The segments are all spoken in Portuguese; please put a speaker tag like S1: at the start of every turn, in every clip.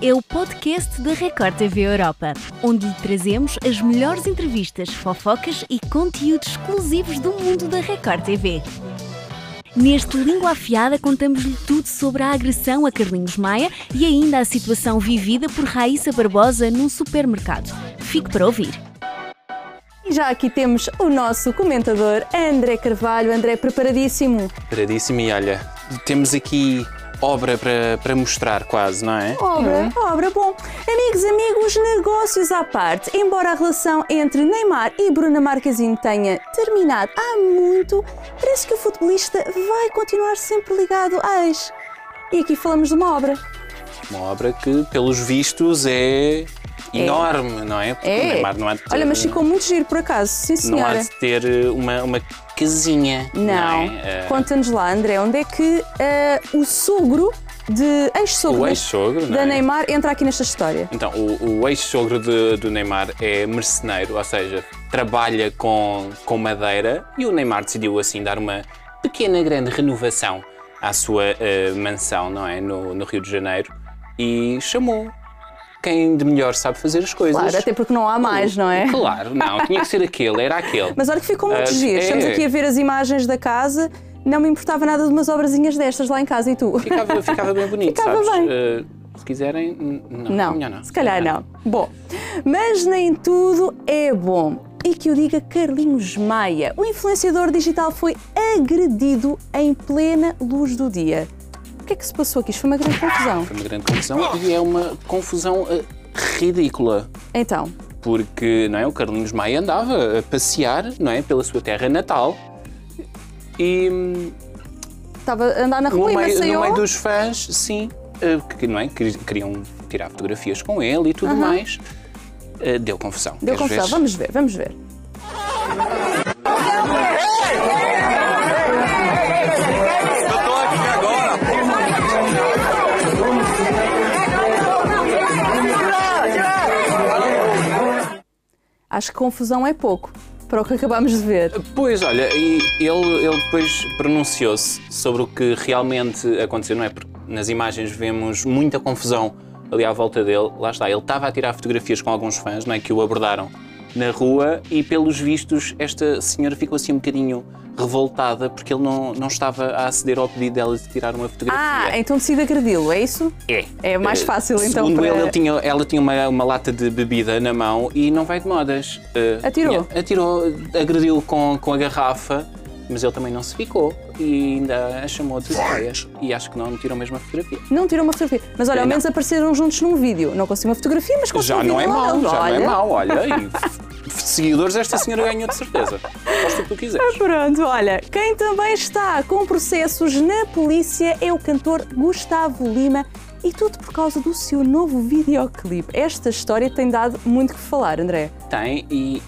S1: é o podcast da Record TV Europa, onde lhe trazemos as melhores entrevistas, fofocas e conteúdos exclusivos do mundo da Record TV. Neste Língua Afiada contamos-lhe tudo sobre a agressão a Carlinhos Maia e ainda a situação vivida por Raíssa Barbosa num supermercado. Fique para ouvir.
S2: E já aqui temos o nosso comentador André Carvalho. André, preparadíssimo?
S3: Paradíssimo e olha, temos aqui obra para, para mostrar quase, não é?
S2: Obra, obra, bom. Amigos, amigos, negócios à parte. Embora a relação entre Neymar e Bruna Marquezine tenha terminado há muito, parece que o futebolista vai continuar sempre ligado à ex. E aqui falamos de uma obra.
S3: Uma obra que, pelos vistos, é enorme, não é? Porque o Neymar não há de ter, um
S2: Olha, mas ficou muito giro por acaso, sim
S3: não há
S2: senhora.
S3: de ter uma, uma casinha. Não.
S2: Não.
S3: é? Eh,
S2: Conta-nos lá, André, onde é que eh, o sogro de ex-sogro
S3: O ex-sogro, não
S2: da
S3: é?
S2: Neymar entra aqui nesta história?
S3: Então, o, o ex-sogro de- do Neymar é merceneiro, ou seja, trabalha com, com madeira e o Neymar decidiu assim dar uma pequena grande renovação à sua eh, mansão, não é? No, no Rio de Janeiro e chamou quem de melhor sabe fazer as coisas.
S2: Claro, até porque não há mais, não é?
S3: Claro, não, tinha que ser aquele, era aquele.
S2: Mas olha que ficou muito
S3: Ah,
S2: giro.
S3: é.
S2: Estamos aqui a ver as imagens da casa. Não me importava nada de umas obrazinhas destas lá em casa e tu?
S3: ficava, ficava bem bonito,
S2: Ficava
S3: sabes?
S2: bem.
S3: Eh, se quiserem, n- não,
S2: Não,
S3: melhor não.
S2: se calhar não. Bom, mas nem tudo é bom. E que o diga Carlinhos Maia. O influenciador digital foi agredido em plena luz do dia. O que é que se passou aqui? Isto foi uma grande confusão.
S3: Foi uma grande confusão e é uma confusão eh, ridícula.
S2: Então,
S3: porque não é, o Carlinhos Maia andava a passear não é, pela sua terra natal e hum,
S2: estava a andar na
S3: no
S2: rua e
S3: meio, no
S2: maceiou.
S3: meio dos fãs, sim, eh, que, não é, que- queriam tirar fotografias com ele e tudo mais. Eh, Deu confusão.
S2: Deu
S3: Queres
S2: confusão.
S3: ver?
S2: Vamos ver, vamos ver. Acho que confusão é pouco para o que acabamos de ver.
S3: Pois, olha, e ele, ele depois pronunciou-se sobre o que realmente aconteceu, não é? Porque nas imagens vemos muita confusão ali à volta dele. Lá está, ele estava a tirar fotografias com alguns fãs, não é? Que o abordaram na rua e, pelos vistos, esta senhora ficou assim um bocadinho revoltada porque ele não, não estava a aceder ao pedido dela de tirar uma fotografia.
S2: Ah, então decide agredi-lo, é isso?
S3: É.
S2: É mais
S3: Eh,
S2: fácil, então,
S3: Segundo
S2: para-
S3: ele, ele tinha, ela tinha uma, uma lata de bebida na mão e não vai de modas. Eh,
S2: Atirou?
S3: tinha- atirou, agrediu com, com a garrafa, mas ele também não se ficou e ainda a chamou de feias. E acho que não tirou mesmo a fotografia.
S2: Não tirou uma fotografia. Mas olha, ao
S3: Não.
S2: menos apareceram juntos num vídeo. Não consegui uma fotografia, mas consegui
S3: Já
S2: um
S3: não é
S2: vídeo
S3: mau,
S2: logo.
S3: já não é
S2: Olha.
S3: mau, olha. E f- f- seguidores esta senhora ganhou de certeza. Posta o que tu quiseres.
S2: Pronto, olha, quem também está com processos na polícia é o cantor Gustavo Lima e tudo por causa do seu novo videoclipe. Esta história tem dado muito que falar, André.
S3: Tem e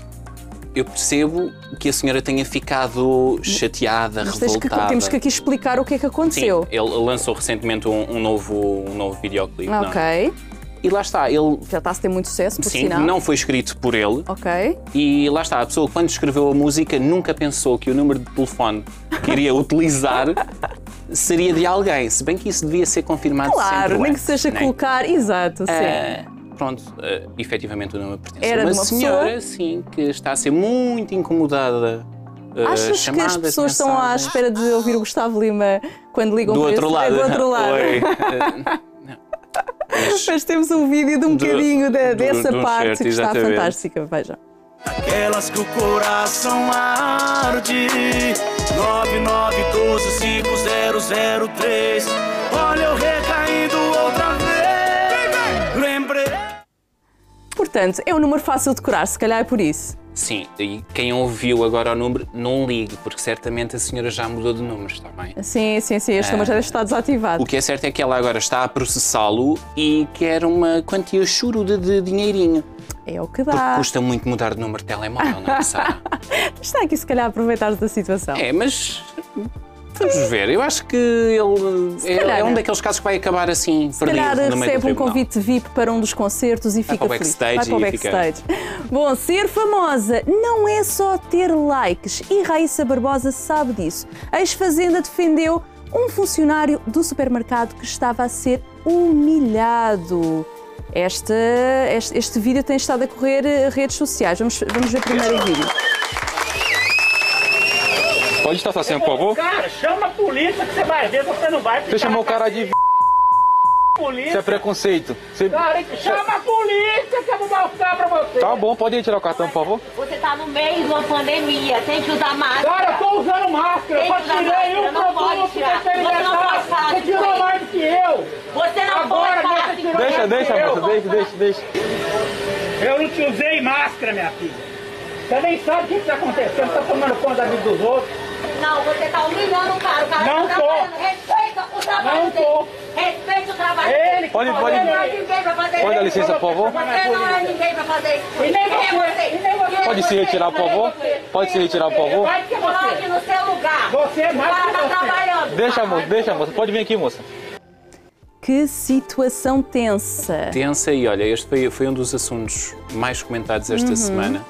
S3: eu percebo que a senhora tenha ficado chateada,
S2: Mas tens que,
S3: revoltada.
S2: temos que aqui explicar o que é que
S3: Sim,
S2: aconteceu.
S3: ele lançou recentemente um, um novo, um novo videoclipe. não é?
S2: Ah, Ok,
S3: E lá está, ele
S2: já está a ter muito sucesso, por
S3: sim,
S2: sinal.
S3: não foi escrito por ele.
S2: Ok,
S3: E lá está, a pessoa quando escreveu a música nunca pensou que o número de telefone que iria utilizar seria de alguém, se bem que isso devia ser confirmado sempre
S2: claro, nem que
S3: antes,
S2: seja
S3: né?
S2: colocar, exato, sim.
S3: Ah, Pronto, ah, efetivamente o número pertence
S2: Era
S3: a uma,
S2: de uma
S3: senhora,
S2: pessoa?
S3: sim, que está a ser muito incomodada. ah,
S2: Achas que as
S3: chamadas,
S2: pessoas estão à
S3: mensagens.
S2: espera de ouvir o Gustavo Lima quando ligam
S3: do
S2: para
S3: outro
S2: esse-
S3: lado?
S2: É Do outro lado.
S3: Oi. Ah,
S2: Mas temos um vídeo de um
S3: Do-
S2: bocadinho da-
S3: do-
S2: dessa
S3: de um
S2: parte
S3: certo,
S2: que está
S3: exatamente.
S2: fantástica, vejam.
S4: Aquelas que o coração arde 991250003 Olha eu recaindo outra vez Lembrei
S2: Portanto, é um número fácil de curar, se calhar é por isso.
S3: Sim, e quem ouviu agora o número, não ligue, porque certamente a senhora já mudou de número, está bem?
S2: Sim, sim, sim, este número já está desativado.
S3: O que é certo é que ela agora está a processá-lo e quer uma quantia churuda de dinheirinho.
S2: É o que
S3: Porque
S2: dá.
S3: custa muito mudar de número de telemóvel, não é, Sara?
S2: Está aqui, se calhar, a aproveitar-se da situação.
S3: É, mas vamos ver. Eu acho que ele é,
S2: calhar,
S3: é um
S2: não.
S3: daqueles casos que vai acabar assim,
S2: Se
S3: perdido
S2: calhar
S3: no meio do
S2: recebe um
S3: tribunal.
S2: convite VIP para um dos concertos e fica
S3: para o
S2: feliz.
S3: backstage
S2: Vai para o
S3: e fica-
S2: backstage. Bom, ser famosa não é só ter likes e Raíssa Barbosa sabe disso. A ex-fazenda defendeu um funcionário do supermercado que estava a ser humilhado. Este, este, este vídeo tem estado a correr eh, redes sociais. Vamos, vamos ver primeiro o vídeo.
S5: Pode estacionar, por favor?
S6: Cara, chama a polícia que você vai ver, você não vai
S5: Você
S6: ficar
S5: chamou o cara de v...
S6: com a polícia.
S5: Isso é preconceito. Você-
S6: Cara, chama a polícia que eu vou marcar pra você.
S5: Tá bom, pode tirar o cartão, por favor?
S7: Você tá no meio de uma pandemia, tem que usar máscara.
S6: Cara, eu tô usando máscara, eu
S7: Tem
S6: só
S7: que usar
S6: tirei
S7: máscara,
S6: um
S7: não
S6: produto
S7: pode
S6: que
S7: tirar.
S6: você tem
S7: Você não pode falar
S6: Você
S7: de
S6: tirou
S7: doença.
S6: mais do que eu.
S7: Você não
S6: Agora,
S7: pode falar
S6: você
S7: assim.
S6: tirou
S5: Deixa,
S6: Eu-
S5: deixa,
S6: eu-
S5: moça, deixa, deixa, deixa.
S6: Eu não te usei máscara, minha filha. Você nem sabe o que que tá acontecendo, tá tomando conta da vida dos outros.
S7: Não, você tá humilhando o cara. O cara
S6: Não
S7: tá
S6: tô.
S7: trabalhando. Respeita o trabalho
S6: Não
S7: dele.
S6: tô.
S7: Respeita o trabalho
S6: Ele que
S5: Pode-
S6: tá
S5: pode-
S7: Você não é
S6: olhando.
S7: ninguém pra fazer
S5: Pode dar
S7: isso.
S5: licença, por favor?
S7: Você não é ninguém pra fazer isso.
S6: E nem
S7: Quem
S6: você,
S7: é
S6: e nem você.
S7: Quem é
S5: Pode se
S7: você?
S5: retirar, por
S7: Quem é
S5: favor?
S7: você?
S5: Pode se retirar, por favor?
S6: Vai que é
S7: Coloque
S6: você.
S7: no seu lugar.
S6: Você é mais
S7: O cara
S6: que
S7: tá
S6: você.
S7: trabalhando.
S5: Deixa, moça, deixa, moça. Pode vir aqui, moça.
S2: Que situação tensa.
S3: Tensa e olha, este foi, foi um dos assuntos mais comentados esta
S2: Uhum.
S3: semana.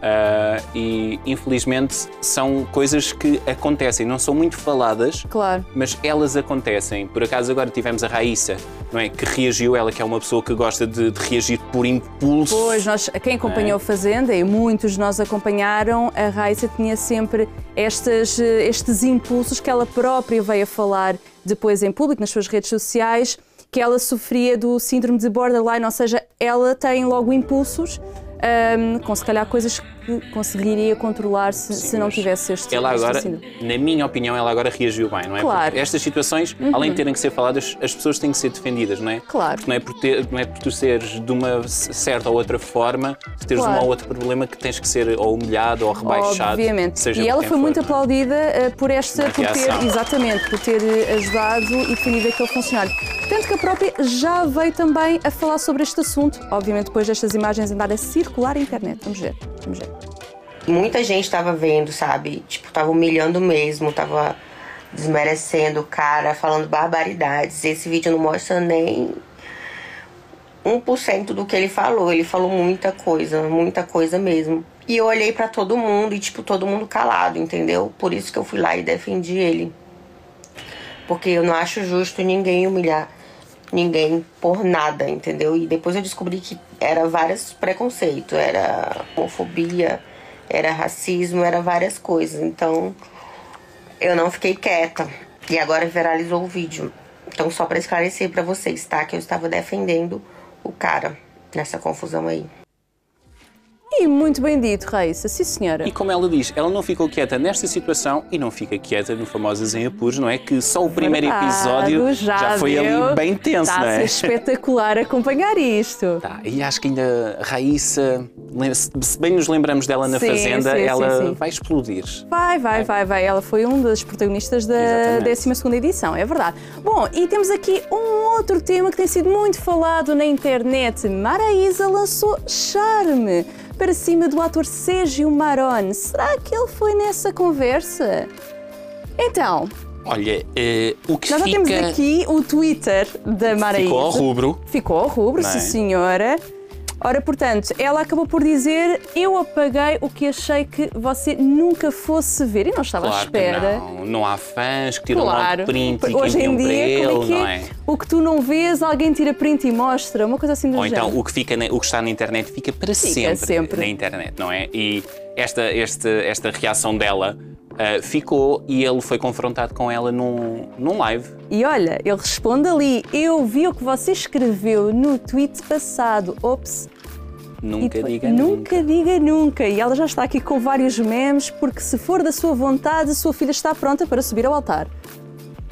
S3: Ah, e infelizmente são coisas que acontecem, não são muito faladas,
S2: Claro.
S3: mas elas acontecem. Por acaso agora tivemos a Raíssa, não é? Que reagiu, ela que é uma pessoa que gosta de, de reagir por impulso.
S2: Pois, nós, quem acompanhou
S3: É.
S2: a Fazenda, e muitos de nós acompanharam, a Raíssa tinha sempre estas, eh, estes impulsos que ela própria veio a falar depois em público, nas suas redes sociais, que ela sofria do síndrome de borderline, ou seja, ela tem logo impulsos, ahm, com se calhar coisas que conseguiria controlar se, se não
S3: mas
S2: tivesse este,
S3: Ela
S2: este
S3: agora,
S2: síndrome.
S3: na minha opinião, ela agora reagiu bem, não é?
S2: Claro. Uhum.
S3: Porque estas situações, além de terem que ser faladas, as pessoas têm que ser defendidas, não é?
S2: Claro.
S3: Porque Não é por, ter- não é por tu seres de uma c- certa ou outra forma, se teres
S2: Claro.
S3: um ou outro problema que tens que ser ou humilhado ou rebaixado.
S2: Obviamente.
S3: Seja
S2: e
S3: por
S2: ela
S3: quem
S2: foi
S3: for,
S2: muito
S3: não é?
S2: aplaudida eh, por esta,
S3: Na
S2: por ter,
S3: reação.
S2: exatamente, por ter eh, ajudado e definido aquele funcionário. Tanto que a própria já veio também a falar sobre este assunto, obviamente depois destas imagens andarem a circular a internet. Vamos ver, vamos ver.
S8: muita gente tava vendo, sabe? Tipo, tava humilhando mesmo, tava desmerecendo o cara, falando barbaridades. Esse vídeo não mostra nem 1% do que ele falou. Ele falou muita coisa, muita coisa mesmo. E eu olhei pra todo mundo e, tipo, todo mundo calado, entendeu? Por isso que eu fui lá e defendi ele. Porque eu não acho justo ninguém humilhar ninguém por nada, entendeu? E depois eu descobri que era vários preconceitos, era homofobia, era racismo, era várias coisas. Então eu não fiquei quieta. E agora viralizou o vídeo. Então só pra esclarecer pra vocês, tá? Que eu estava defendendo o cara nessa confusão aí.
S2: E muito bem dito, Raíssa, sim senhora.
S3: E como ela diz, ela não ficou quieta nesta situação e não fica quieta no Famosas em Apuros, não é? Que só o primeiro
S2: Verdade, Tá
S3: episódio foi
S2: deu.
S3: ali bem tenso,
S2: Está
S3: não
S2: a ser
S3: é?
S2: espetacular acompanhar isto.
S3: Tá, e acho que ainda a Raíssa, lem- se se bem nos lembramos dela na
S2: Sim,
S3: Fazenda,
S2: sim, sim,
S3: ela
S2: sim.
S3: vai explodir.
S2: Vai, vai, vai, vai. Ela foi uma das protagonistas da
S3: Exatamente.
S2: 12 edição, é verdade. Bom, e temos aqui um outro tema que tem sido muito falado na internet. Maraísa lançou Charme para cima do ator Sérgio Marone. Será que ele foi nessa conversa? Então,
S3: Olha, eh, o que
S2: nós já
S3: fica...
S2: temos aqui o Twitter da Maraísa.
S3: Ficou ao rubro.
S2: Ficou ao rubro,
S3: Não é?
S2: sim senhora. Ora, portanto, ela acabou por dizer: Eu apaguei o que achei que você nunca fosse ver. E não estava à
S3: Claro que
S2: espera.
S3: não. Não há fãs que tiram
S2: Claro.
S3: logo print e que
S2: Hoje
S3: enviam
S2: em
S3: para
S2: dia,
S3: ele,
S2: como é que
S3: não
S2: é?
S3: é?
S2: O que tu não vês, alguém tira print e mostra, uma coisa assim do
S3: Ou então
S2: género.
S3: o que, fica na- o que está na internet fica para
S2: Fica
S3: sempre,
S2: sempre.
S3: na internet, não é? E esta, esta, esta reação dela ah, ficou e ele foi confrontado com ela num, num live.
S2: E olha, ele responde ali: Eu vi o que você escreveu no tweet passado. Ops. E
S3: Nunca
S2: depois,
S3: diga
S2: nunca diga nunca. E ela já está aqui com vários memes, porque se for da sua vontade, a sua filha está pronta para subir ao altar.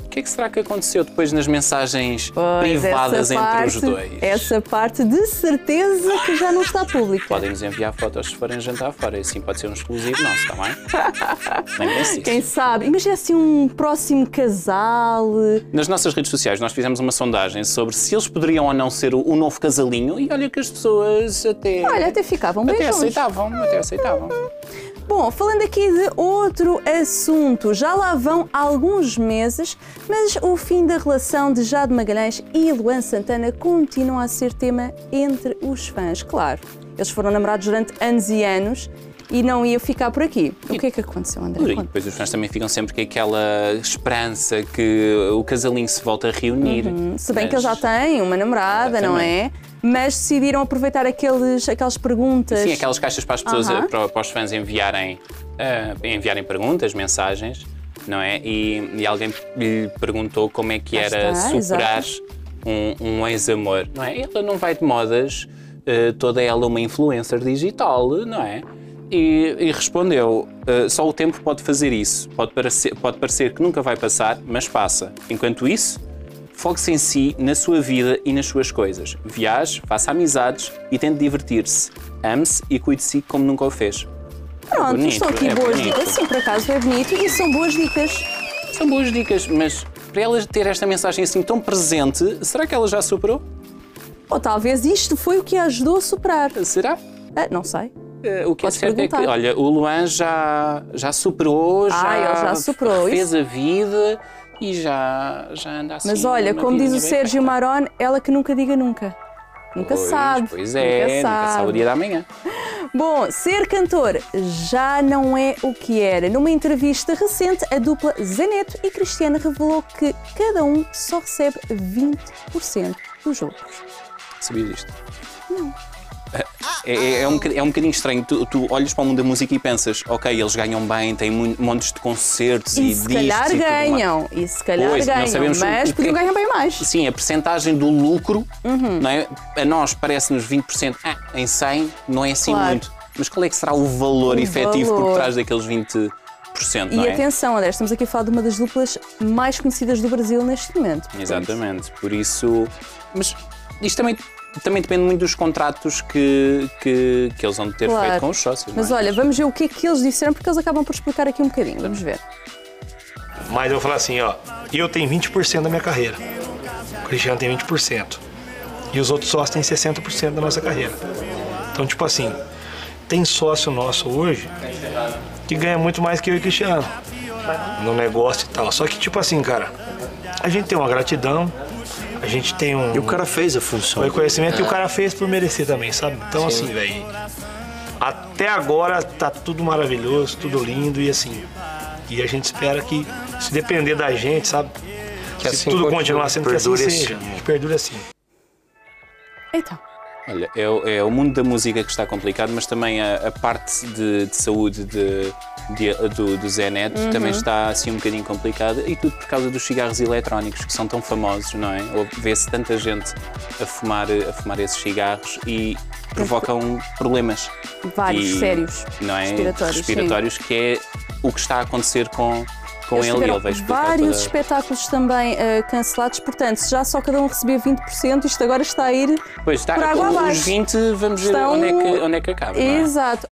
S3: O que é que será que aconteceu depois nas mensagens
S2: Pois,
S3: privadas
S2: essa
S3: entre
S2: parte,
S3: os dois?
S2: Essa parte de certeza que já não está pública.
S3: Podem nos enviar fotos se forem jantar fora, assim pode ser um exclusivo nosso, está bem? Nem pense
S2: Quem
S3: isso.
S2: sabe? Imagina assim um próximo casal.
S3: Nas nossas redes sociais, nós fizemos uma sondagem sobre se eles poderiam ou não ser o, o novo casalinho e olha que as pessoas até.
S2: Olha, até ficavam bem
S3: até
S2: juntos.
S3: aceitavam, até aceitavam.
S2: Bom, falando aqui de outro assunto, já lá vão alguns meses, mas o fim da relação de Jade Magalhães e Luan Santana continua a ser tema entre os fãs, claro. Eles foram namorados durante anos e anos e não ia ficar por aqui. O que é que aconteceu, André?
S3: E
S2: Conta.
S3: depois os fãs também ficam sempre com aquela esperança que o casalinho se volta a reunir.
S2: Uhum. Se bem que ele já tem uma namorada, não é? mas decidiram aproveitar aqueles, aquelas perguntas.
S3: Sim, aquelas caixas para as pessoas,
S2: Aham.
S3: eh, para, para os fãs enviarem, eh, enviarem perguntas, mensagens, não é? E, e alguém lhe perguntou como é que
S2: Lá
S3: era
S2: está,
S3: superar um, um ex-amor, não é? Ela não vai de modas, eh, toda ela uma influencer digital, não é? E, e respondeu: eh, só o tempo pode fazer isso. Pode parecer, pode parecer que nunca vai passar, mas passa. Enquanto isso, Foque-se em si, na sua vida e nas suas coisas. Viaje, faça amizades e tente divertir-se. Ame-se e cuide-se como nunca o fez.
S2: Pronto,
S3: bonito,
S2: estão aqui
S3: é
S2: boas
S3: bonito.
S2: dicas. Sim, por acaso é bonito e são boas dicas.
S3: São boas dicas, mas para ela ter esta mensagem assim tão presente, será que ela já superou?
S2: Ou talvez isto foi o que a ajudou a superar.
S3: Será?
S2: Ah, não sei.
S3: Eh, o que
S2: Podes
S3: é certo é que,
S2: perguntar.
S3: olha, o Luan já, já superou, já,
S2: Ah, ele já superou,
S3: fez a vida e já, já anda assim.
S2: Mas olha,
S3: uma
S2: como diz o
S3: vidinha bem
S2: Sérgio
S3: feita.
S2: Marón, ela que nunca diga nunca. Nunca
S3: Pois,
S2: sabe.
S3: Pois é, nunca sabe. o dia da manhã.
S2: Bom, ser cantor já não é o que era. Numa entrevista recente, a dupla Zeneto e Cristiano revelou que cada um só recebe 20% dos outros.
S3: Sabias isto? Não. É, é- é um, boca- é um bocadinho estranho. Tu, tu olhas para o mundo da música e pensas, ok, eles ganham bem, têm mu- montes de concertos
S2: E,
S3: e,
S2: se
S3: discos e
S2: calhar
S3: tudo mais.
S2: ganham, e se calhar
S3: tipo Pois, não
S2: ganham,
S3: sabemos o-
S2: mas
S3: o que-
S2: podiam ganhar bem mais.
S3: Sim, a percentagem do lucro,
S2: Uhum.
S3: não é? a nós parece-nos 20%, ah, em 100 não é assim
S2: Claro.
S3: muito. Mas qual é que será o valor
S2: O
S3: efetivo por
S2: valor.
S3: trás daqueles 20%? não
S2: E
S3: é?
S2: atenção, André, estamos aqui a falar de uma das duplas mais conhecidas do Brasil neste momento. portanto.
S3: Exatamente, por isso. Mas isto também, também depende muito dos contratos que, que, que eles vão ter
S2: Claro.
S3: É feito com os sócios.
S2: Mas
S3: não é?
S2: olha, vamos ver o que é que eles disseram, porque eles acabam por explicar aqui um bocadinho. Vamos ver.
S9: Mas eu vou falar assim, ó, eu tenho 20% da minha carreira. O Cristiano tem 20%. E os outros sócios têm 60% da nossa carreira. Então, tipo assim, tem sócio nosso hoje que ganha muito mais que eu e o Cristiano no negócio e tal. Só que, tipo assim, cara, a gente tem uma gratidão, a gente tem um,
S10: E o cara fez a função.
S9: um reconhecimento e
S10: É.
S9: o cara fez por merecer também, sabe? Então, assim, velho, até agora tá tudo maravilhoso, tudo lindo e assim. E a gente espera que, se depender da gente, sabe?
S10: Que
S9: se
S10: assim
S9: tudo
S10: continue,
S9: continuar sendo que assim
S10: perdure
S9: seja,
S10: assim.
S9: que perdure assim.
S2: Então,
S3: Olha, é, o- é o mundo da música que está complicado, mas também a, a parte de, de saúde de- de- do, do Zé Neto
S2: Uhum.
S3: também está assim um bocadinho complicada e tudo por causa dos cigarros eletrónicos que são tão famosos, não é? Ou Vê-se tanta gente a fumar, a fumar esses cigarros e provocam problemas.
S2: vários
S3: E-
S2: sérios
S3: não é?
S2: respiratórios. sim.
S3: Respiratórios, que é o que está a acontecer com, com
S2: Eles
S3: ele. e
S2: tiveram
S3: Ele vai explicar
S2: vários
S3: toda-
S2: espetáculos também eh, cancelados, portanto, se já só cada um recebia 20%, isto agora está a ir.
S3: Pois está,
S2: por água
S3: os
S2: abaixo.
S3: 20, vamos ver
S2: Estão-
S3: onde é que, onde é que acaba. não é?
S2: Exato.